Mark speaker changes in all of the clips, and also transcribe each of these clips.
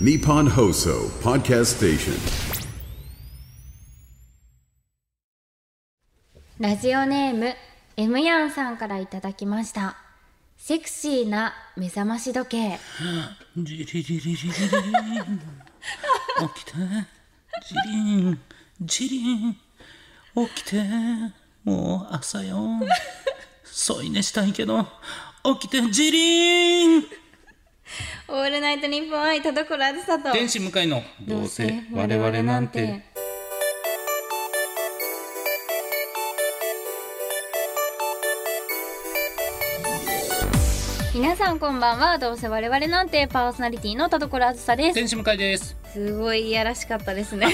Speaker 1: Nippon Hoso Podcast Station.
Speaker 2: ラジオネーム M ヤンさんからいただきましたセクシーな目覚まし時計
Speaker 3: ジリリリリリリリン起きてジリンジリン起きてもう朝よ添い寝したいけど起きてジリン
Speaker 2: オールナイトニッポン愛田所あずさと
Speaker 3: 天使向かいのどうせ我々なんて
Speaker 2: 皆さんこんばんはどうせ我々なんてパーソナリティの田所あずさです
Speaker 3: 天使向かいです
Speaker 2: すごいいやらしかったですね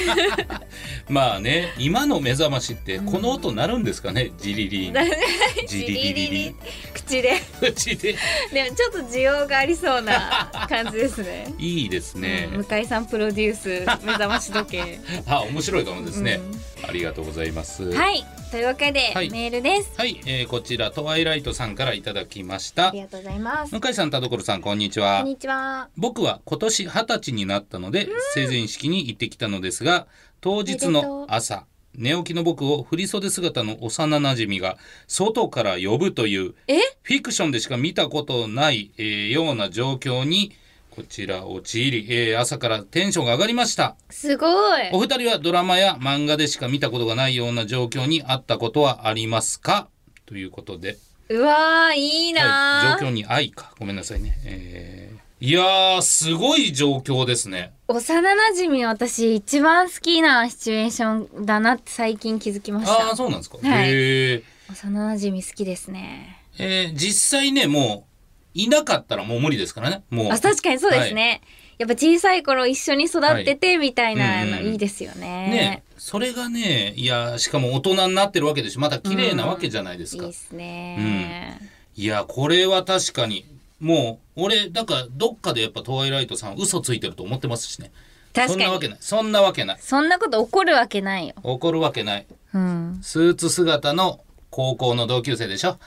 Speaker 3: まあね今の目覚ましってこの音鳴るんですかねジリ リン ジリリリリ
Speaker 2: 口で
Speaker 3: うちで
Speaker 2: でもちょっと需要がありそうな感じですね
Speaker 3: いいです ね
Speaker 2: うん向井さんプロデュース目覚まし時 計
Speaker 3: あ面白いかもですねありがとうございます
Speaker 2: はいというわけで、
Speaker 3: はい
Speaker 2: メールです
Speaker 3: はい、えーこちらトワイライトさんからいただきました
Speaker 2: ありがとうございます
Speaker 3: 向井さん田所さんこんにち
Speaker 2: こ
Speaker 3: は
Speaker 2: んにちは
Speaker 3: 僕は今年二十歳になったので成人式に行ってきたのですが当日の朝寝起きの僕を振り袖姿の幼なじみが外から呼ぶという
Speaker 2: え
Speaker 3: フィクションでしか見たことない、えーような状況にこちら陥り、えー朝からテンションが上がりました
Speaker 2: すごい
Speaker 3: お二人はドラマや漫画でしか見たことがないような状況にあったことはありますかということで、
Speaker 2: うわーいいなー、
Speaker 3: はい、状況に愛かごめんなさいね、えー、いやーすごい状況ですね
Speaker 2: 幼なじみ私一番好きなシチュエーションだなって最近気づきまし
Speaker 3: ああー
Speaker 2: た
Speaker 3: そうなんですか、
Speaker 2: はい
Speaker 3: へー
Speaker 2: 幼なじみ好きですね
Speaker 3: えー実際ねもういなかったらもう無理ですからねもう
Speaker 2: あ確かにそうですね、やっぱ小さい頃一緒に育っててみたいな、
Speaker 3: はいうんうん
Speaker 2: あのいいですよ
Speaker 3: はい
Speaker 2: ね
Speaker 3: ねそれがねいやーしかも大人になってるわけでしまた綺麗なわけじゃないです
Speaker 2: い
Speaker 3: か、
Speaker 2: いっすね、
Speaker 3: いやこれは確かにもう俺だからどっかでやっぱトワイライトさん嘘ついてると思ってますしね
Speaker 2: 確
Speaker 3: そんな
Speaker 2: か
Speaker 3: わけ
Speaker 2: に
Speaker 3: ないそんなわけない
Speaker 2: そんなこと起こるわけないよ、
Speaker 3: 怒るわけない
Speaker 2: うん、
Speaker 3: スーツ姿の高校の同級生でしょ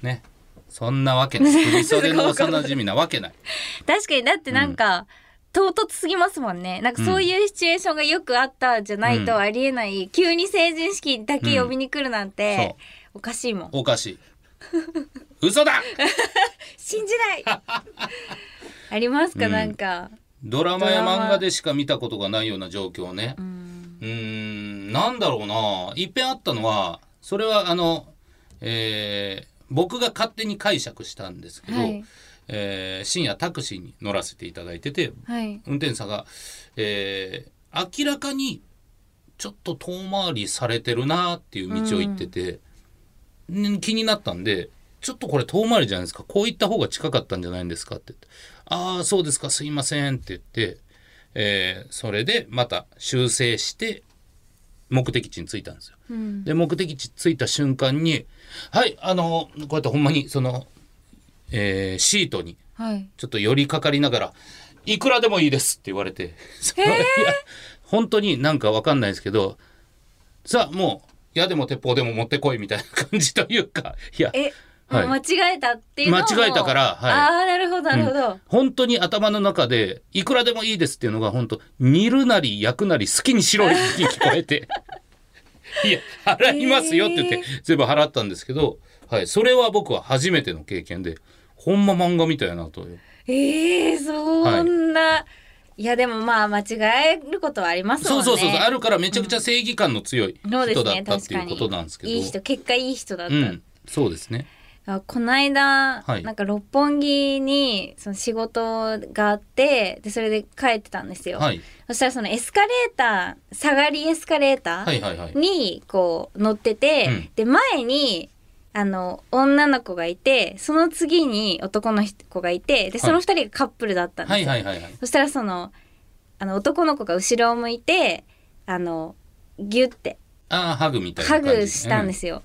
Speaker 3: ねそんなわけない振り袖の幼馴染みなわけない
Speaker 2: 確かにだってなんか、唐突すぎますもんねなんかそういうシチュエーションがよくあったじゃないとありえない、急に成人式だけ呼びに来るなん
Speaker 3: うん
Speaker 2: てお
Speaker 3: そ、
Speaker 2: かしいもん
Speaker 3: おかしい嘘だ
Speaker 2: 信じない ありますか、
Speaker 3: うん
Speaker 2: なんか
Speaker 3: ドラマや漫画でしか見たことがないような状況ねうーんなんだろうないっぺんあったのはそれはあのえー僕が勝手に解釈したんですけど、
Speaker 2: はい
Speaker 3: えー深夜タクシーに乗らせていただいてて
Speaker 2: はい
Speaker 3: 運転手さんが、えー明らかにちょっと遠回りされてるなっていう道を行ってて、ん気になったんで「ちょっとこれ遠回りじゃないですかこう行った方が近かったんじゃないんですか」って言って「ああそうですかすいません」って言って、えーそれでまた修正して目的地に着いたんですよ。で目的地着いた瞬間に「はいあのこうやってほんまにその、えーシートに
Speaker 2: はい
Speaker 3: ちょっと寄りかかりながら、いくらでもいいですって言われて、
Speaker 2: へー
Speaker 3: いや本当になんかわかんないですけど、さあもう、矢でも鉄砲でも持ってこいみたいな感じというか、いや、
Speaker 2: え、
Speaker 3: はい
Speaker 2: もう間違えたっていうのも
Speaker 3: 間違えたからはい
Speaker 2: ああなるほどなるほど、
Speaker 3: 本当に頭の中で、いくらでもいいですっていうのが本当、煮るなり焼くなり好きにしろよって聞こえ て、いや、払いますよって言って、全部払ったんですけど、はい、それは僕は初めての経験で、ほんま漫画みたいなという。
Speaker 2: えー、そんな、い、やでもまあ間違えることはありますもん
Speaker 3: そう
Speaker 2: ね
Speaker 3: そうそうそう、あるからめちゃくちゃ正義感の強い
Speaker 2: そうです
Speaker 3: 人だっ
Speaker 2: ね
Speaker 3: たって
Speaker 2: 確
Speaker 3: い
Speaker 2: か
Speaker 3: う
Speaker 2: に
Speaker 3: ことなんですけど。
Speaker 2: いい人結果いい人だった、
Speaker 3: うん、そうですね。
Speaker 2: あこの間、
Speaker 3: はい
Speaker 2: なんか六本木にその仕事があってでそれで帰ってたんですよ、
Speaker 3: はい、
Speaker 2: そしたらそのエスカレーター下がりエスカレーター、
Speaker 3: はい、はい、はい。
Speaker 2: にこう乗ってて、
Speaker 3: うん
Speaker 2: で前にあの女の子がいてその次に男の子がいてでその二人がカップルだったんです
Speaker 3: は
Speaker 2: よ、
Speaker 3: い、はい、はい、はい。
Speaker 2: そしたらそのあの男の子が後ろを向いてあのギュッて
Speaker 3: ああ、ハグみたいな
Speaker 2: ハ
Speaker 3: 感じ。
Speaker 2: グしたんですよ、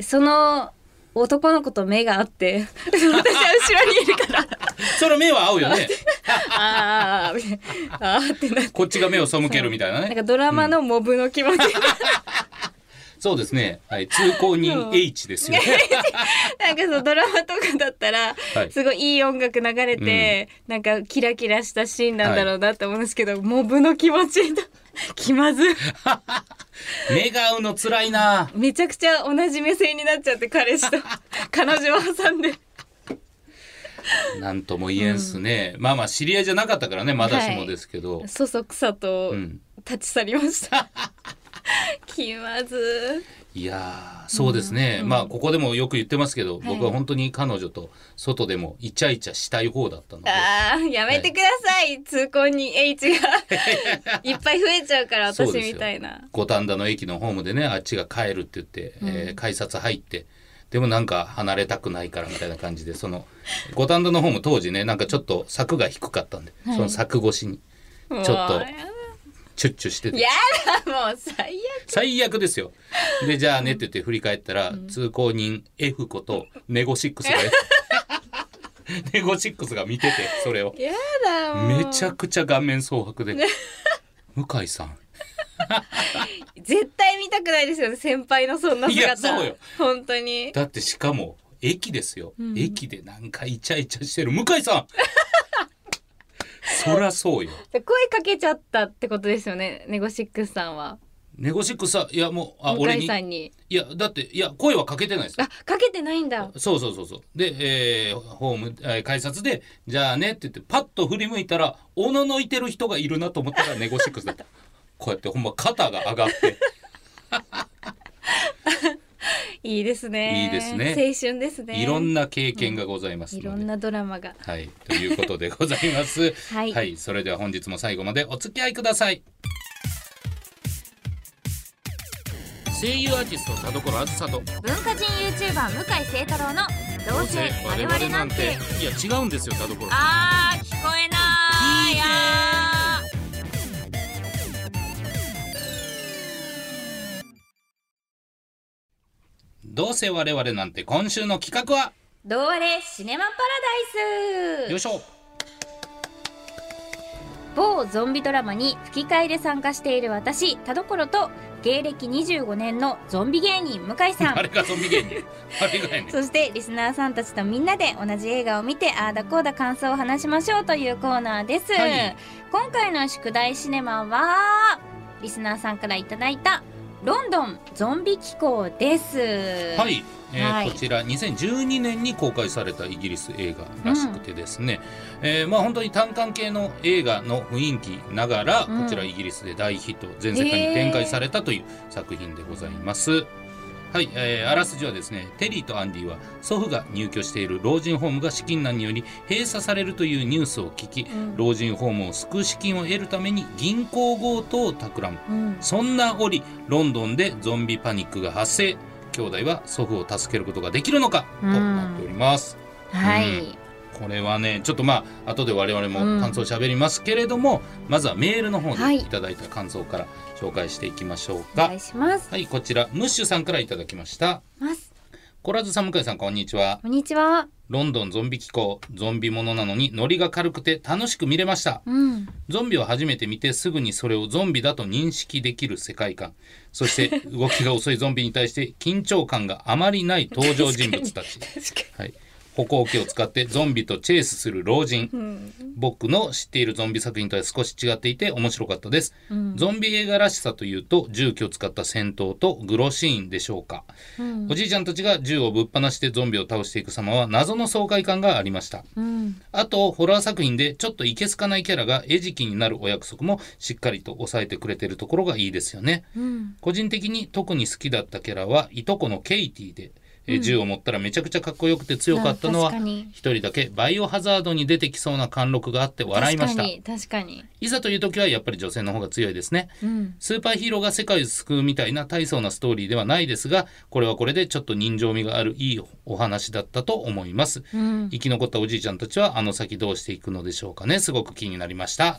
Speaker 2: その男の子と目が合って 私は後ろにいるから
Speaker 3: うん。それは目は合う よね。
Speaker 2: あーあーあーみたいなあーってなって
Speaker 3: こっちが目を背けるみたいな
Speaker 2: なん
Speaker 3: ね。
Speaker 2: かドラマのモブの気持ち、
Speaker 3: そうですね。はい、通行人 H ですよね。
Speaker 2: なんかそのドラマとかだったら、
Speaker 3: はい
Speaker 2: すごいいい音楽流れて、なんかキラキラしたシーンなんだろうなって思うんですけど、モブの気持ち だ気まず
Speaker 3: 目が合うの辛いな。
Speaker 2: めちゃくちゃ同じ目線になっちゃって彼 氏と彼女を挟んで
Speaker 3: なんとも言えんっすね。まあまあ知り合いじゃなかったからね、まだしもですけど。
Speaker 2: そそくさと
Speaker 3: うん
Speaker 2: 立ち去りました、 気まず
Speaker 3: いやーそうですね、まあここでもよく言ってますけど、
Speaker 2: はい
Speaker 3: 僕は本当に彼女と外でもイチャイチャしたい方だったので
Speaker 2: あーやめてください、通行に H がいっぱい増えちゃうから
Speaker 3: そう
Speaker 2: 私
Speaker 3: ですよ
Speaker 2: みたいな
Speaker 3: 五反田の駅のホームでねあっちが帰るって言って、えー改札入ってでもなんか離れたくないからみたいな感じでその五反田のホーム当時ねなんかちょっと柵が低かったんで、その柵越しに
Speaker 2: ちょ
Speaker 3: っとチュッチュしてて
Speaker 2: やだもう最悪
Speaker 3: 最悪ですよでじゃあねって言って振り返ったら、通行人 F 子とネゴシックスが ネゴシックスが見ててそれを。
Speaker 2: やだもう
Speaker 3: めちゃくちゃ顔面蒼白で向井さん
Speaker 2: 絶対見たくないですよね先輩のそんない
Speaker 3: や
Speaker 2: 姿
Speaker 3: そうよ
Speaker 2: 本当に
Speaker 3: だってしかも駅ですよ、駅でなんかイチャイチャしてる向井 さんそりゃそうよ
Speaker 2: で声かけちゃったってことですよねネゴシックスさんは
Speaker 3: ネゴシックスさんいやもうあ
Speaker 2: 向
Speaker 3: 俺
Speaker 2: 井
Speaker 3: に
Speaker 2: さんに
Speaker 3: いやだっていや声はかけてないです
Speaker 2: あかけてないんだ
Speaker 3: そうそうそうそうで、えーホーム、えー改札で「じゃあね」って言ってパッと振り向いたらおののいてる人がいるなと思ったらネゴシックスだった こうやってほんま肩が上がって
Speaker 2: いいですね
Speaker 3: いいですね
Speaker 2: 青春ですね
Speaker 3: いろんな経験がございますの
Speaker 2: い
Speaker 3: で、
Speaker 2: ろんなドラマが
Speaker 3: はい、ということでございます。
Speaker 2: はい
Speaker 3: そ れでは本日も最後までお付き合いください。声優アーティスト田所あずさと
Speaker 2: 文化人 YouTuber 向井聖太郎の「ど
Speaker 3: いや違うんですよ田所」
Speaker 2: あー聞こえない
Speaker 3: いね
Speaker 2: あー
Speaker 3: どうせ我々なんて今週の企画は
Speaker 2: どうあれシネマパラダイス
Speaker 3: よいしょ
Speaker 2: 某ゾンビドラマに吹き替えで参加している私田所と芸歴25年のゾンビ芸人向井さ
Speaker 3: あれ
Speaker 2: ん
Speaker 3: がゾンビ芸人あれがやねん
Speaker 2: そしてリスナーさんたちとみんなで同じ映画を見てああだこうだ感想を話しましょうというコーナーです、
Speaker 3: はい
Speaker 2: 今回の宿題シネマはリスナーさんからいただいたロンドンゾンビ機構です
Speaker 3: は、
Speaker 2: はい
Speaker 3: えー
Speaker 2: はい
Speaker 3: こちら2012年に公開されたイギリス映画らしくてですね、えーまあ本当に単館系の映画の雰囲気ながら、
Speaker 2: うん
Speaker 3: こちらイギリスで大ヒット全世界に展開されたという作品でございます。はい、えーあらすじはですねテリーとアンディは祖父が入居している老人ホームが資金難により閉鎖されるというニュースを聞き、
Speaker 2: ん
Speaker 3: 老人ホームを救う資金を得るために銀行強盗を企む
Speaker 2: うん
Speaker 3: そんな折ロンドンでゾンビパニックが発生兄弟は祖父を助けることができるのかと
Speaker 2: うん
Speaker 3: なっております、
Speaker 2: はい、
Speaker 3: これはねちょっとまあ後で我々
Speaker 2: う
Speaker 3: も
Speaker 2: ん
Speaker 3: 感想をしゃべりますけれども、まずはメールの方
Speaker 2: は
Speaker 3: で
Speaker 2: い
Speaker 3: いただいた感想から紹介していきましょう
Speaker 2: お
Speaker 3: か、は
Speaker 2: 願
Speaker 3: い
Speaker 2: いします
Speaker 3: こちらムッシュさんからいただきました
Speaker 2: ます
Speaker 3: コラズさん向井さんこんにちは
Speaker 2: こんにちは
Speaker 3: ロンドンゾンビ機構ゾンビものなのにノリが軽くて楽しく見れました
Speaker 2: うん
Speaker 3: ゾンビを初めて見てすぐにそれをゾンビだと認識できる世界観そして 動きが遅いゾンビに対して緊張感があまりない登場人物たち、はい、歩行器を使ってゾンビとチェイスする老人、僕の知っているゾンビ作品とは少し違っていて面白かったです、ゾンビ映画らしさというと銃器を使った戦闘とグロシーンでしょうか、おじいちゃんたちが銃をぶっ放してゾンビを倒していく様は謎の爽快感がありました、あと、ホラー作品でちょっといけすかないキャラが餌食になるお約束もしっかりと抑えてくれてるところがいいですよね。個人的に特に好きだったキャラはいとこのケイティで、えー銃を持ったらめちゃくちゃかっこよくて強かったのは、
Speaker 2: あ確かに
Speaker 3: 一人だけバイオハザードに出てきそうな貫禄があって笑いました。
Speaker 2: 確かに確かに
Speaker 3: いざという時はやっぱり女性の方が強いですね。
Speaker 2: うん
Speaker 3: スーパーヒーローが世界を救うみたいな大層なストーリーではないですが、これはこれでちょっと人情味があるいいお話だったと思います。生き残ったおじいちゃんたちはあの先どうしていくのでしょうかね。すごく気になりました。いただ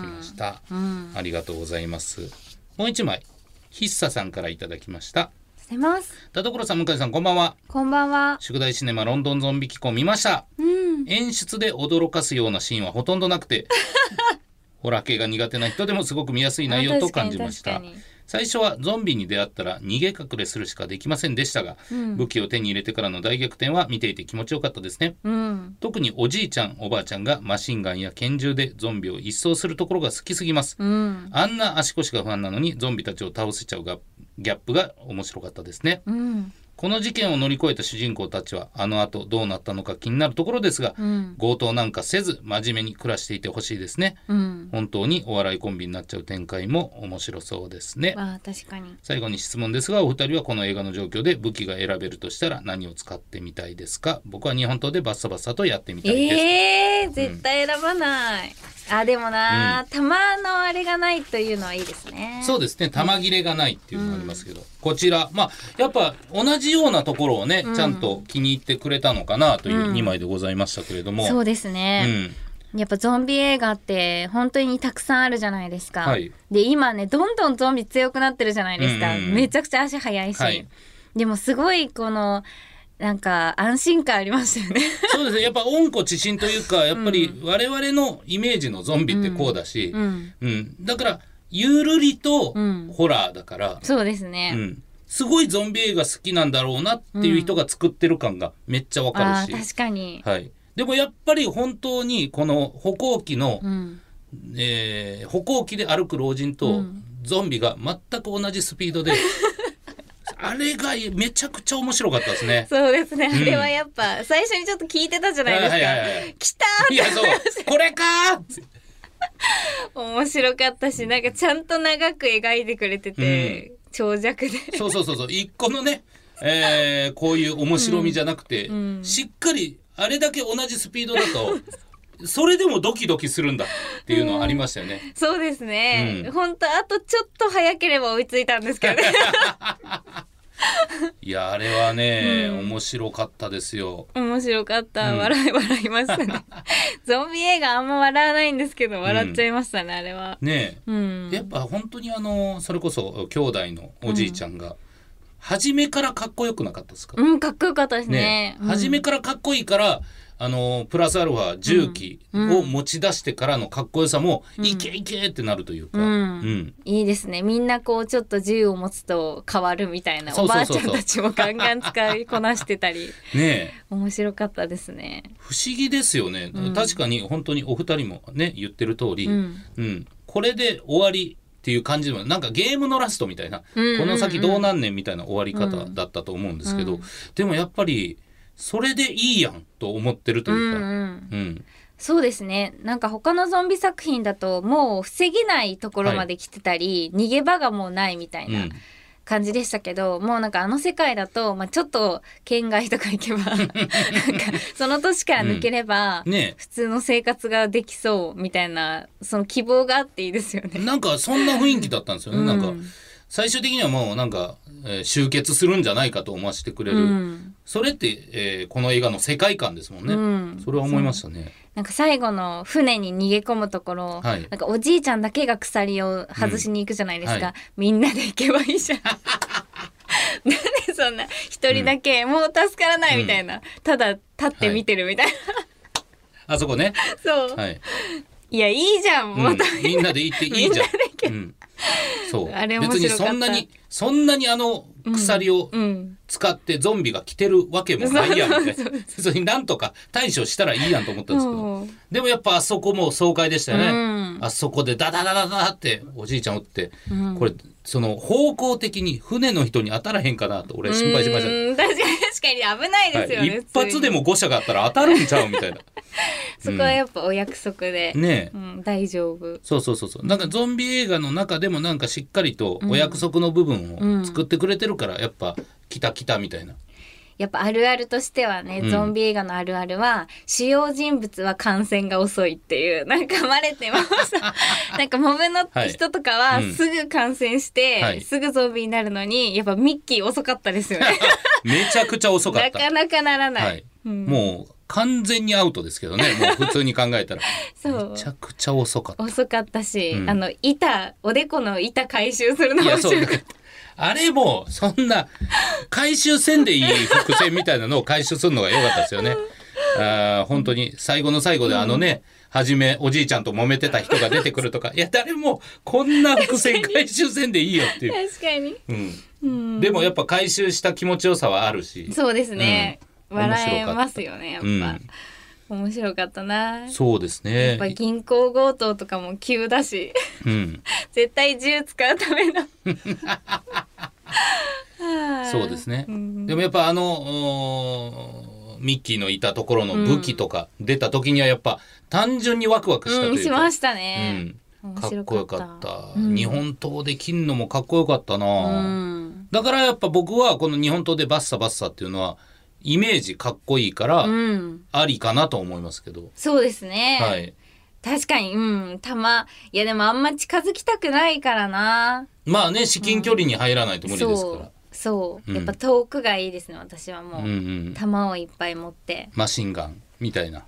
Speaker 3: きました。ありがとうございます。もう一枚、ヒッサさんからいただきました。
Speaker 2: してます
Speaker 3: 田所さん、向井さん、こんばんは。
Speaker 2: こんばんは
Speaker 3: 宿題シネマロンドンゾンビ機構見ました、演出で驚かすようなシーンは ほとんどなくてホラー系が苦手な人でもすごく見やすい内容と感じまし
Speaker 2: あ
Speaker 3: た
Speaker 2: 確かに確か
Speaker 3: 最初はゾンビに出会ったら逃げ隠れするしかできませんでしたが、武器を手に入れてからの大逆転は見ていて気持ちよかったですね
Speaker 2: うん。
Speaker 3: 特におじいちゃんおばあちゃんがマシンガンや拳銃でゾンビを一掃するところが好きすぎます、
Speaker 2: うん。
Speaker 3: あんな足腰が不安なのにゾンビたちを倒せちゃうがギャップが面白かったですね
Speaker 2: うん。
Speaker 3: この事件を乗り越えた主人公たちはあの後どうなったのか気になるところですが、
Speaker 2: うん。
Speaker 3: 強盗なんかせず真面目に暮らしていてほしいですね
Speaker 2: うん。
Speaker 3: 本当にお笑いコンビになっちゃう展開も面白そうですね
Speaker 2: ああ、確かに。
Speaker 3: 最後に質問ですがお二人はこの映画の状況で武器が選べるとしたら何を使ってみたいですか僕は日本刀でバッサバッサとやってみたいです、
Speaker 2: ええー、絶対選ばない。あ、でもな、弾のあれがないというのはいいですね。
Speaker 3: そうですね弾切れがないっていうのがありますけど、こちらまあやっぱ同じようなところをね、ちゃんと気に入ってくれたのかなという2枚でございましたけれども、
Speaker 2: そうですね。
Speaker 3: うん
Speaker 2: やっぱゾンビ映画って本当にたくさんあるじゃないですか、
Speaker 3: はい
Speaker 2: で今ねどんどんゾンビ強くなってるじゃないですか、
Speaker 3: うんうんうん
Speaker 2: めちゃくちゃ足速いし、
Speaker 3: はい
Speaker 2: でもすごいこのなんか安心感ありましたよね
Speaker 3: そうですねやっぱ温故知新というかやっぱり我々のイメージのゾンビってこうだし、
Speaker 2: うん
Speaker 3: うんだからゆるりと
Speaker 2: うん
Speaker 3: ホラーだから、
Speaker 2: そうです
Speaker 3: う
Speaker 2: ね、
Speaker 3: ん、すごいゾンビ映画好きなんだろうなっていう人が作ってる感がめっちゃわ
Speaker 2: あ
Speaker 3: か
Speaker 2: あ
Speaker 3: るし、
Speaker 2: 確かに、
Speaker 3: はい、でもやっぱり本当にこの歩行器の、
Speaker 2: うん、
Speaker 3: えー歩行器で歩く老人とゾンビが全く同じスピー ドで、あれがめちゃくちゃ面白かったですね。
Speaker 2: そうですね、あれはやっぱ最初にちょっと聞いてたじゃないですか、
Speaker 3: はいはいはいはい
Speaker 2: 来た
Speaker 3: いやそうこれかーって
Speaker 2: 面白かったしなんかちゃんと長く描いてくれてて、長尺で
Speaker 3: そうそうそうそう一個のね、えーこういう面白みじゃなくて、しっかりあれだけ同じスピードだとそれでもドキドキするんだっていうのはありました よね。
Speaker 2: そうですね、
Speaker 3: うん
Speaker 2: ほんとあとちょっと早ければ追いついたんです けどね
Speaker 3: いやあれはね、面白かったですよ。
Speaker 2: 面白かった、笑い笑いました ねゾンビ映画あんま笑わないんですけど笑っちゃいましたね、あれは
Speaker 3: ねえ、
Speaker 2: うん
Speaker 3: やっぱ本当にあのそれこそ兄弟のおじいちゃんが、初めからかっこよくなかったですか、
Speaker 2: うんかっこよかったですね
Speaker 3: ねえ初めからかっこいいからあのプラスアルファ重機を持ち出してからのかっこよさも、いけいけってなるというか、
Speaker 2: うん
Speaker 3: うん、
Speaker 2: いいですねみんなこうちょっと銃を持つと変わるみたいな
Speaker 3: そうそうそう
Speaker 2: おばあちゃんたちもガンガン使いこなしてたり
Speaker 3: ねえ
Speaker 2: 面白かったですね
Speaker 3: 不思議ですよね、確かに本当にお二人もね言ってる通り、うんこれで終わりっていう感じでもなんかゲームのラストみたいな、
Speaker 2: んうんうん
Speaker 3: この先どうなんねんみたいな終わり方だったと思うんですけど、でもやっぱりそれでいいやんと思ってると
Speaker 2: う
Speaker 3: い
Speaker 2: ん
Speaker 3: う
Speaker 2: う
Speaker 3: か、
Speaker 2: ん
Speaker 3: うん
Speaker 2: そうですねなんか他のゾンビ作品だともう防げないところまで来てたり、逃げ場がもうないみたい
Speaker 3: う
Speaker 2: な
Speaker 3: ん
Speaker 2: 感じでしたけど、もうなんかあの世界だと、まあ、ちょっと県外とか行けばなんかその年から抜ければ、
Speaker 3: ね
Speaker 2: 普通の生活ができそうみたいなその希望があっていいですよね。
Speaker 3: なんかそんな雰囲気だったんですよね、なんか最終的にはもうなんか、えー集結するんじゃないかと思わせてくれる、
Speaker 2: うん
Speaker 3: それって、えーこの映画の世界観ですもんね、
Speaker 2: うん
Speaker 3: それは思いましたね。
Speaker 2: なんか最後の船に逃げ込むところ、
Speaker 3: はい
Speaker 2: なんかおじいちゃんだけが鎖を外しに行くじゃないですか、
Speaker 3: うんはい
Speaker 2: みんなで行けばいいじ ゃん。なんでそんな一人だけ、もう助からないみたいな、ただ立って見てるみたい
Speaker 3: あそ こね、
Speaker 2: な、 そう、
Speaker 3: はい、
Speaker 2: い、やいいじゃん、
Speaker 3: う
Speaker 2: ま
Speaker 3: ん
Speaker 2: た、
Speaker 3: みんなで行っていいじゃん。うん、そう
Speaker 2: あれ面
Speaker 3: 別
Speaker 2: 白
Speaker 3: に
Speaker 2: かった
Speaker 3: そんなにそんなにあの鎖を
Speaker 2: うん
Speaker 3: 使ってゾンビが来てるわけもないやんみたいな別になんとか対処したらいいやんと思ったんですけ
Speaker 2: そ
Speaker 3: ど
Speaker 2: う
Speaker 3: でもやっぱあそこも爽快でしたよね、
Speaker 2: うん
Speaker 3: あそこでダダダダダっておじいちゃん打って、これその方向的に船の人に当たらへんかなと俺心配しましたね、
Speaker 2: うん確かに確かに危ないですよ
Speaker 3: は
Speaker 2: ね、
Speaker 3: い、
Speaker 2: 普
Speaker 3: 一
Speaker 2: 通に
Speaker 3: 発でも誤射があったら当たるんちゃうみ たいな
Speaker 2: そこはやっぱお約束で、
Speaker 3: ねえ
Speaker 2: うん、大丈夫
Speaker 3: そうそうそうそうなんかゾンビ映画の中でもなんかしっかりとお約束の部分を作ってくれてるから、やっぱ「来た来た」みたいな
Speaker 2: やっぱあるあるとしてはね、ゾンビ映画のあるあるは主要人物は感染が遅いっていう なんかまれて ましたなんかモブの
Speaker 3: はい
Speaker 2: 人とかは
Speaker 3: うん
Speaker 2: すぐ感染して、
Speaker 3: はい
Speaker 2: すぐゾンビになるのにやっぱミッキー遅かったですよね
Speaker 3: めちゃくちゃ 遅かっ
Speaker 2: な
Speaker 3: た
Speaker 2: かなかならない、
Speaker 3: はいもう完全にアウトですけどねもう普通に考えたら
Speaker 2: そう
Speaker 3: めちゃくちゃ遅かった
Speaker 2: 遅かったし、
Speaker 3: うん
Speaker 2: あの板おでこの板回収するの
Speaker 3: い
Speaker 2: も
Speaker 3: や そう
Speaker 2: 遅
Speaker 3: だ
Speaker 2: か
Speaker 3: か
Speaker 2: っ
Speaker 3: らあれもそんな回収せんでいい伏線みたいなのを回収するのが良かったですよね。あー本当に最後の最後であのね、初めおじいちゃんと揉めてた人が出てくるとか、いや、誰もこんな伏線回収戦でいいよっていう。
Speaker 2: 確かに。
Speaker 3: うん。でもやっぱ回収した気持ちよさはあるし。
Speaker 2: そうですね。
Speaker 3: うん
Speaker 2: 笑えますよね、やっ
Speaker 3: 面白かった
Speaker 2: ぱ。面白かったな。や
Speaker 3: そうですね
Speaker 2: っ。ぱ銀行強盗とかも急だし、
Speaker 3: うん。
Speaker 2: 絶対銃使うための。
Speaker 3: そうですね。でもやっぱあの、おーミッキーのいたところの武器とか出た時にはやっぱ単純にワクワクしたと
Speaker 2: うん、
Speaker 3: いう
Speaker 2: し
Speaker 3: か。
Speaker 2: ました
Speaker 3: う
Speaker 2: ね。
Speaker 3: ん
Speaker 2: 面
Speaker 3: かっ
Speaker 2: 白
Speaker 3: こよかった、
Speaker 2: うん
Speaker 3: 日本刀で切るのもかっこよかった
Speaker 2: う
Speaker 3: な、
Speaker 2: ん。
Speaker 3: だからやっぱ僕はこの日本刀でバッサバッサっていうのはイメージかっこいいから
Speaker 2: うん。
Speaker 3: ありかなと思いますけど、
Speaker 2: そうですね。
Speaker 3: はい
Speaker 2: 確かに、うん、たま、いやでもあんま近づきたくないからな。
Speaker 3: まあね至近距離に入らないと無理ですから、
Speaker 2: そう、そう、
Speaker 3: うん
Speaker 2: やっぱ遠くがいいですね、私はもう。
Speaker 3: うんうん、
Speaker 2: 弾をいっぱい持って。
Speaker 3: マシンガンみたいな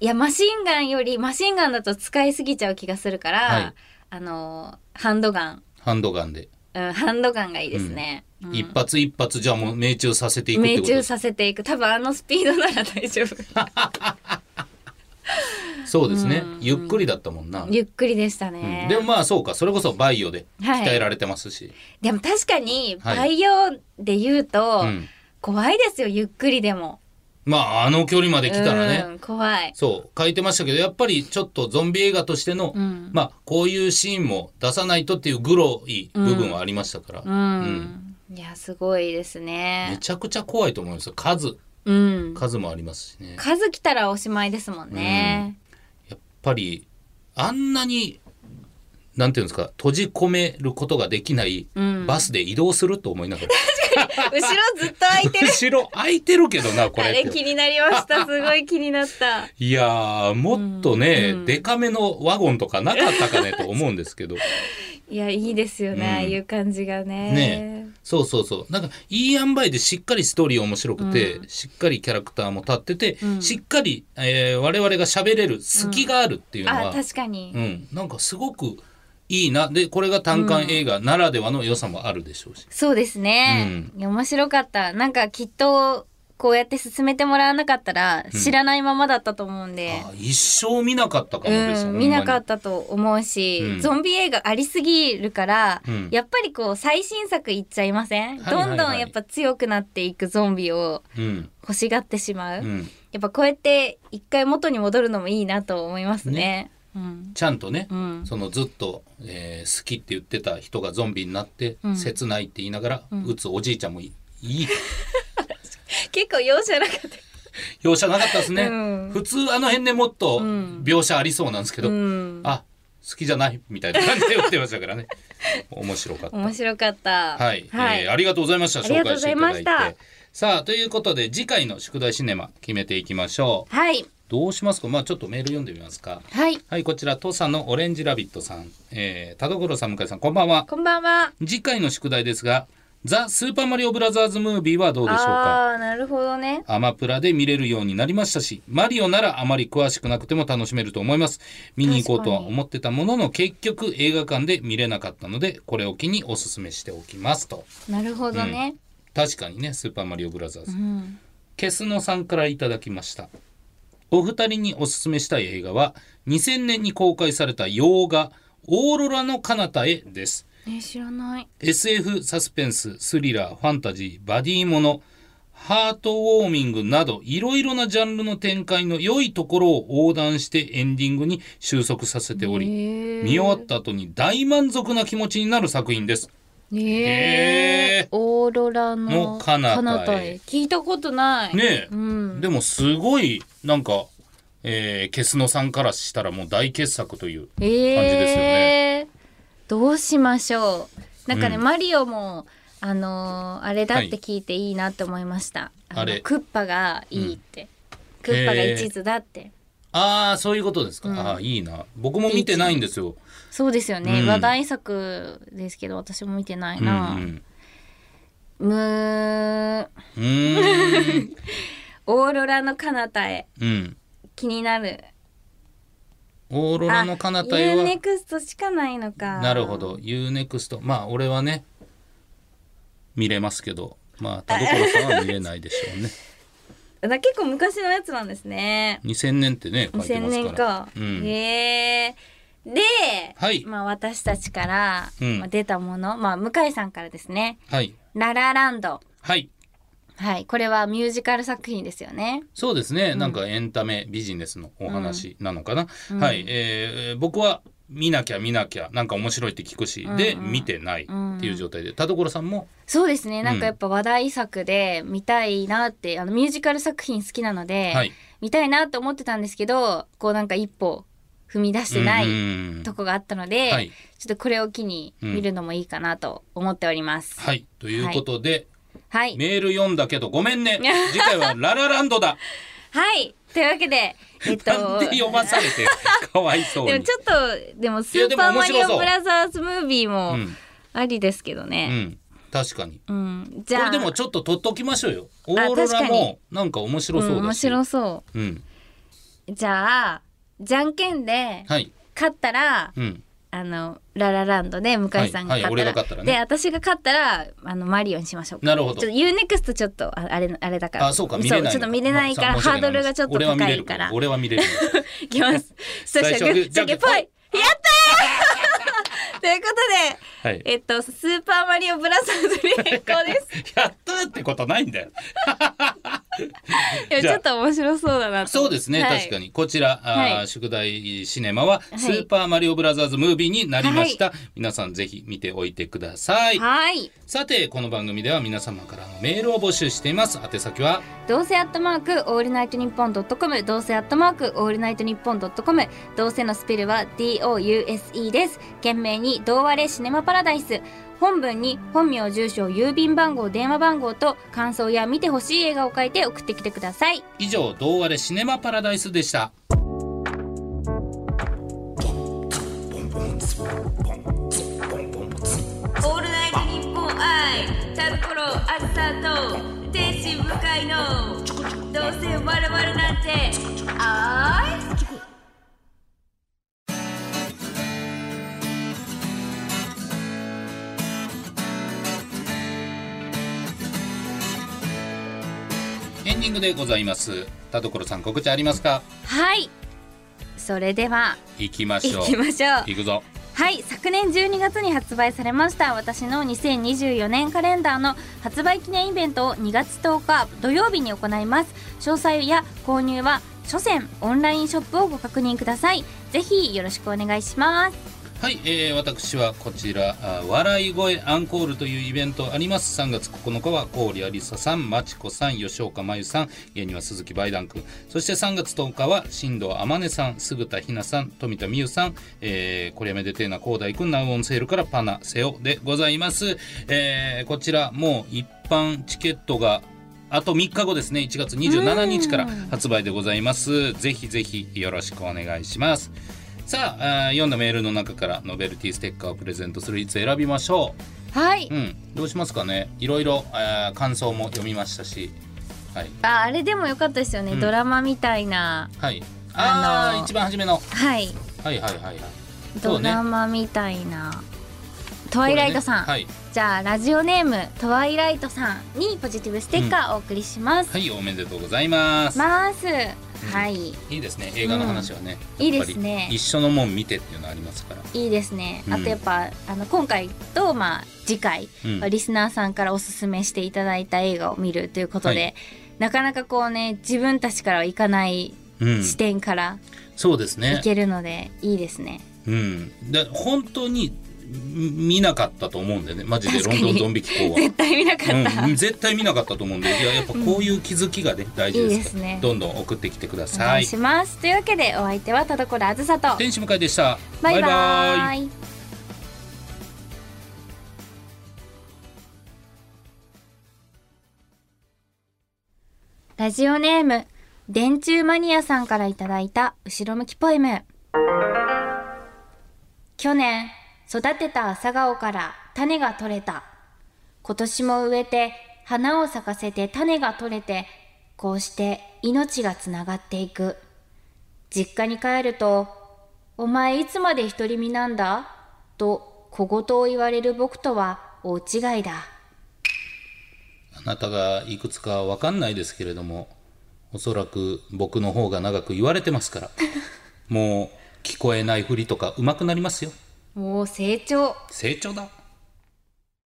Speaker 3: い
Speaker 2: や、マシンガンより、マシンガンだと使いすぎちゃう気がするから、
Speaker 3: はい
Speaker 2: あの、ハンドガン、
Speaker 3: ハンドガンで、
Speaker 2: うん、ハンドガンがいいですね。うん
Speaker 3: 一発一発じゃあもう命中させていくって
Speaker 2: 命
Speaker 3: ことで
Speaker 2: 中
Speaker 3: す
Speaker 2: させていく。多分あのスピードなら大丈夫。
Speaker 3: そうですね、ゆっくりだったもんな、
Speaker 2: ゆっくりでした
Speaker 3: う
Speaker 2: ね
Speaker 3: ん。でもまあそうかそれこそバイオで
Speaker 2: はい
Speaker 3: 鍛えられてますし、
Speaker 2: でも確かに、
Speaker 3: はい
Speaker 2: 培養で言うと、
Speaker 3: うん
Speaker 2: 怖いですよ、ゆっくりでも。
Speaker 3: まああの距離まで来たらね、
Speaker 2: うん、怖い。
Speaker 3: そう書いてましたけどやっぱりちょっとゾンビ映画としての、
Speaker 2: ん
Speaker 3: まあこういうシーンも出さないとっていうグロい部分はありましたから、
Speaker 2: うん。いや、すごいです
Speaker 3: め
Speaker 2: ね。
Speaker 3: ちゃくちゃ怖いと思いますよ数
Speaker 2: うん。
Speaker 3: 数もありますしねやっ
Speaker 2: 数来たらおしまいですもんね。
Speaker 3: ぱりあんなになんていうんですか閉じ込めることができないバスで移動すると思 いながら、
Speaker 2: 後ろずっと空いてる。
Speaker 3: 後ろ空いてるけどな こ
Speaker 2: あ
Speaker 3: れ
Speaker 2: れ
Speaker 3: って
Speaker 2: 気になりました。すごい気になった。
Speaker 3: いやーもっとね、デカめのワゴンとかなかったかねと思うんですけど。
Speaker 2: いや、いいですよね。ああいう感じがね。
Speaker 3: ねそうそうそうなんかいい塩梅でしっかりストーリー面白くて、しっかりキャラクターも立ってて、しっかり、えー我々が喋れる隙があるっていうの
Speaker 2: あ
Speaker 3: は、、うん
Speaker 2: 確かに。
Speaker 3: なんかすごくいいなでこれが単館映画ならではの良さもあるでしょうし、
Speaker 2: そうですね。いや面白かった。なんかきっと、こうやって進めてもらわなかったら、知らないままだったと思うんで。
Speaker 3: あ一生見なかったかもです、
Speaker 2: うん、見なか
Speaker 3: た
Speaker 2: ったと思うし、
Speaker 3: うん
Speaker 2: ゾンビ映画ありすぎるから、
Speaker 3: うん
Speaker 2: やっぱりこう最新作いっちゃいません、
Speaker 3: はいはいはい
Speaker 2: どんどんやっぱ強くなっていくゾンビを
Speaker 3: うん
Speaker 2: 欲しがってしまう、
Speaker 3: う
Speaker 2: や
Speaker 3: ん
Speaker 2: っぱこうやって一回元に戻るのもいいなと思いますね。うん、
Speaker 3: ちゃんとね、
Speaker 2: ん
Speaker 3: そのずっと、えー好きって言ってた人がゾンビになって、切ないって言いながら、打つおじいちゃんもいいい
Speaker 2: 結構容赦なかった
Speaker 3: 描写なかったですね、
Speaker 2: うん
Speaker 3: 普通あの辺でもっと描写ありそうなんですけど、
Speaker 2: うん
Speaker 3: あ好きじゃないみたいな感じで言ってましたからね 面白かった
Speaker 2: 面白かった。
Speaker 3: はい、えーありがとうございました
Speaker 2: あり
Speaker 3: 紹
Speaker 2: がとう
Speaker 3: 介
Speaker 2: ご
Speaker 3: して
Speaker 2: ざ
Speaker 3: い
Speaker 2: い
Speaker 3: た
Speaker 2: ま
Speaker 3: だい
Speaker 2: してた
Speaker 3: さあということで次回の宿題シネマ決めていきましょう
Speaker 2: はい、
Speaker 3: どうしますかまあちょっとメール読んでみますか
Speaker 2: はい、
Speaker 3: はいこちら土佐のオレンジラビットさん、えー、田所さん向井さんこんばんは
Speaker 2: こんばんは。
Speaker 3: 次回の宿題ですがザ・スーパーマリオブラザーズムービーはどうでしょうか
Speaker 2: ああー、なるほどね。
Speaker 3: アマプラで見れるようになりましたし、マリオならあまり詳しくなくても楽しめると思います。見に行こうとは思ってたものの、結局映画館で見れなかったので、これを機におすすめしておきますと。
Speaker 2: なるほどね。
Speaker 3: 確かにね、スーパーマリオブラザーズ。
Speaker 2: うん、
Speaker 3: ケスノさんからいただきました。お二人におすすめしたい映画は、2000年に公開された洋画、オーロラの彼方へです。
Speaker 2: え、知らない。
Speaker 3: SF サスペンススリラーファンタジーバディものハートウォーミングなどいろいろなジャンルの展開の良いところを横断してエンディングに収束させており
Speaker 2: へー
Speaker 3: 見終わった後に大満足な気持ちになる作品です
Speaker 2: え
Speaker 3: へー
Speaker 2: えオーロラの
Speaker 3: の彼方へ
Speaker 2: 聞いたことない。
Speaker 3: ねえ、
Speaker 2: うん
Speaker 3: でもすごいなんか、えー、ケスノさんからしたらもう大傑作という
Speaker 2: え
Speaker 3: ですよ
Speaker 2: えどうしましょう。なんかね、マリオもあのーあれだって聞いていいなって思いました。の
Speaker 3: あれ
Speaker 2: クッパがいいって、クッパが一途だって。
Speaker 3: ああそういうことですか、ああいいな僕も見てないんですよ、
Speaker 2: そうですよね、
Speaker 3: うん
Speaker 2: 話題作ですけど私も見てない
Speaker 3: うんう
Speaker 2: な、
Speaker 3: ん、
Speaker 2: むー
Speaker 3: うーん
Speaker 2: オーロラの彼方へ
Speaker 3: うん
Speaker 2: 気になる
Speaker 3: オーロ
Speaker 2: あ
Speaker 3: ラの彼方へは
Speaker 2: UNEXT しかないのか
Speaker 3: なるほど UNEXT まあ俺はね 見れますけどまあ田所さんは見れないでしょうね
Speaker 2: だ結構昔のやつなんですね。
Speaker 3: 2000年ってね書いて
Speaker 2: 2000
Speaker 3: ますか
Speaker 2: 年か。
Speaker 3: らうん
Speaker 2: へえ。で、
Speaker 3: はい
Speaker 2: まあ私たちから、
Speaker 3: うん
Speaker 2: まあ、出たもの、まあ向井さんからですね。
Speaker 3: はい
Speaker 2: ララランド。
Speaker 3: はい
Speaker 2: はい、これはミュージカル作品ですよね。
Speaker 3: そうですね、なんかエンタメビジネスのお話なのかな、はい、えー僕は見なきゃ見なきゃなんか面白いって聞くし、で見てないっていう状態で田所さんも
Speaker 2: そうですね。なんかやっぱ話題作で見たいなって、あのミュージカル作品好きなので、
Speaker 3: はい
Speaker 2: 見たいなと思ってたんですけど、こうなんか一歩踏み出してな
Speaker 3: う
Speaker 2: い
Speaker 3: ん
Speaker 2: とこがあったので、
Speaker 3: はい
Speaker 2: ちょっとこれを機に見るのもいいかなと思っております。
Speaker 3: はいということで、
Speaker 2: はい。
Speaker 3: メール読んだけどごめんね次回はララランド だ
Speaker 2: はい。というわけで、えっと、
Speaker 3: なんで読まされてかわいそうに
Speaker 2: でもちょっと、でもスーパーマリオブラザーズムービーも
Speaker 3: うん
Speaker 2: ありですけど
Speaker 3: う
Speaker 2: ね。
Speaker 3: ん確かに
Speaker 2: うん。じ
Speaker 3: こ
Speaker 2: ゃあ、
Speaker 3: れでもちょっと取っときましょうよオーロ
Speaker 2: 確かに
Speaker 3: ラもなんか面白
Speaker 2: うん
Speaker 3: そうだ
Speaker 2: 面
Speaker 3: し、
Speaker 2: 白そう。
Speaker 3: うん
Speaker 2: じゃあ、じゃんけんで、
Speaker 3: はい
Speaker 2: 勝ったら、
Speaker 3: うん
Speaker 2: あの、ララランドで向井さんが
Speaker 3: はいは
Speaker 2: 勝ったら、
Speaker 3: い俺が勝ったらね
Speaker 2: で、私が勝ったら、あの、マリオにしましょうか。
Speaker 3: なるほど
Speaker 2: ちょっと UNEXT ちょっと、ああれ、あれだから。
Speaker 3: あそうか見れないの
Speaker 2: ちょっと見れないから、
Speaker 3: まあ
Speaker 2: ハードルがちょっと
Speaker 3: 俺は見
Speaker 2: 高
Speaker 3: れ
Speaker 2: い
Speaker 3: る
Speaker 2: から。
Speaker 3: 俺は見 れる
Speaker 2: いきます。そし
Speaker 3: 最
Speaker 2: た
Speaker 3: 初
Speaker 2: ら
Speaker 3: は
Speaker 2: グ
Speaker 3: グ
Speaker 2: ッ
Speaker 3: ー
Speaker 2: じゃんけんぽいやったー ということで、
Speaker 3: はい
Speaker 2: えっと、スーパーマリオブラザーズに変更 です。
Speaker 3: やったーってことないんだよ
Speaker 2: いやち
Speaker 3: じゃあ
Speaker 2: ょっと面白そうだなと
Speaker 3: そうですね、
Speaker 2: はい
Speaker 3: 確かにこちら、あー
Speaker 2: はい
Speaker 3: 宿題シネマは「
Speaker 2: い
Speaker 3: スーパーマリオブラザーズムービー」になりました、皆さんぜひ見ておいてください
Speaker 2: はい。
Speaker 3: さてこの番組では皆様からのメールを募集しています宛先は
Speaker 2: どうせアットマークオールナイトニッポンドットコムどうせアットマークオールナイトニッポンドットコムどうせのスペルは DOUSE です懸命に「どうわれシネマパラダイス」本文に本名住所郵便番号電話番号と感想や見てほしい映画を書いて送ってきてください
Speaker 3: 以上「どうあれシネマパラダイス」でした
Speaker 2: オールナイトニッポン愛タルコロアスターと天使向かいのどうせ我々なんてあい
Speaker 3: エンディングでございます田所さん告知ありますか
Speaker 2: はいそれでは
Speaker 3: 行きましょ
Speaker 2: 行
Speaker 3: う
Speaker 2: きましょう
Speaker 3: 行くぞ
Speaker 2: はい昨年12月に発売されました私の2024年カレンダーの発売記念イベントを2月10日土曜日に行います詳細や購入は所詮オンラインショップをご確認くださいぜひよろしくお願いします
Speaker 3: はい、えー私はこちらあ笑い声アンコールというイベントあります3月9日は郡有沙さんまちこさん吉岡真由さん芸人は鈴木梅ン君そして3月10日は新藤天音さん菅田ひなさん富田美優さん、えー、こりゃめでてえな広大君ナウオンセールからパナセオでございます、えーこちらもう一般チケットがあと3日後ですね1月27日から発売でございますぜひぜひよろしくお願いしますさああー読んだメールの中からノベルティステッカーをプレゼントするいつ選びましょ
Speaker 2: は
Speaker 3: う、
Speaker 2: い
Speaker 3: うん、どうしますかねいろいろあー感想も読みましたしはい、
Speaker 2: ああれでもよかったですよね、ドラマみたいな
Speaker 3: はい、あ
Speaker 2: あ
Speaker 3: ー、
Speaker 2: のー
Speaker 3: 一番初めの
Speaker 2: はい
Speaker 3: はいはいはいはいそ
Speaker 2: ド
Speaker 3: うね
Speaker 2: ラマみたいな、トワイライトさん、
Speaker 3: これね
Speaker 2: じゃあラジオネームトワイライトさんにポジティブステッカーをお送りします、
Speaker 3: はい、はい、おめでとうございます、
Speaker 2: ますはい
Speaker 3: いいですね映画の話は
Speaker 2: うん
Speaker 3: ね、やっぱり
Speaker 2: いいですね
Speaker 3: 一緒のもん見てっていうのありますから
Speaker 2: いいですね、
Speaker 3: うん
Speaker 2: あとやっぱあの今回と、まあ、次回、
Speaker 3: うん
Speaker 2: リスナーさんからおすすめしていただいた映画を見るということで、
Speaker 3: はい
Speaker 2: なかなかこうね自分たちからはいかない
Speaker 3: うん
Speaker 2: 視点から
Speaker 3: そうですね
Speaker 2: いけるので、いいですね
Speaker 3: うん、で本当にみ見なかったと思うんだよねマジでロ
Speaker 2: 確か
Speaker 3: ン
Speaker 2: に
Speaker 3: ドンドン引き校は。
Speaker 2: 絶対見なかった、
Speaker 3: うん、絶対見なかったと思うんでいややっぱこういう気づきがね、大事ですから
Speaker 2: いいですね
Speaker 3: どんどん送ってきてくだ
Speaker 2: お
Speaker 3: さ
Speaker 2: 願い
Speaker 3: い
Speaker 2: します、というわけでお相手は田所あずさと
Speaker 3: 天使向井でした
Speaker 2: バイバイ
Speaker 3: バイバイ
Speaker 2: ラジオネーム電柱マニアさんからいただいた後ろ向きポエム去年育てた朝顔から種が取れた今年も植えて花を咲かせて種が取れてこうして命がつながっていく実家に帰ると「お前いつまで独り身なんだ?」と小言を言われる僕とは大違いだ
Speaker 3: あなたがいくつかわかんないですけれどもおそらく僕の方が長く言われてますから、もう聞こえないふりとか上手くなりますよ。
Speaker 2: もう成長
Speaker 3: 成長だ。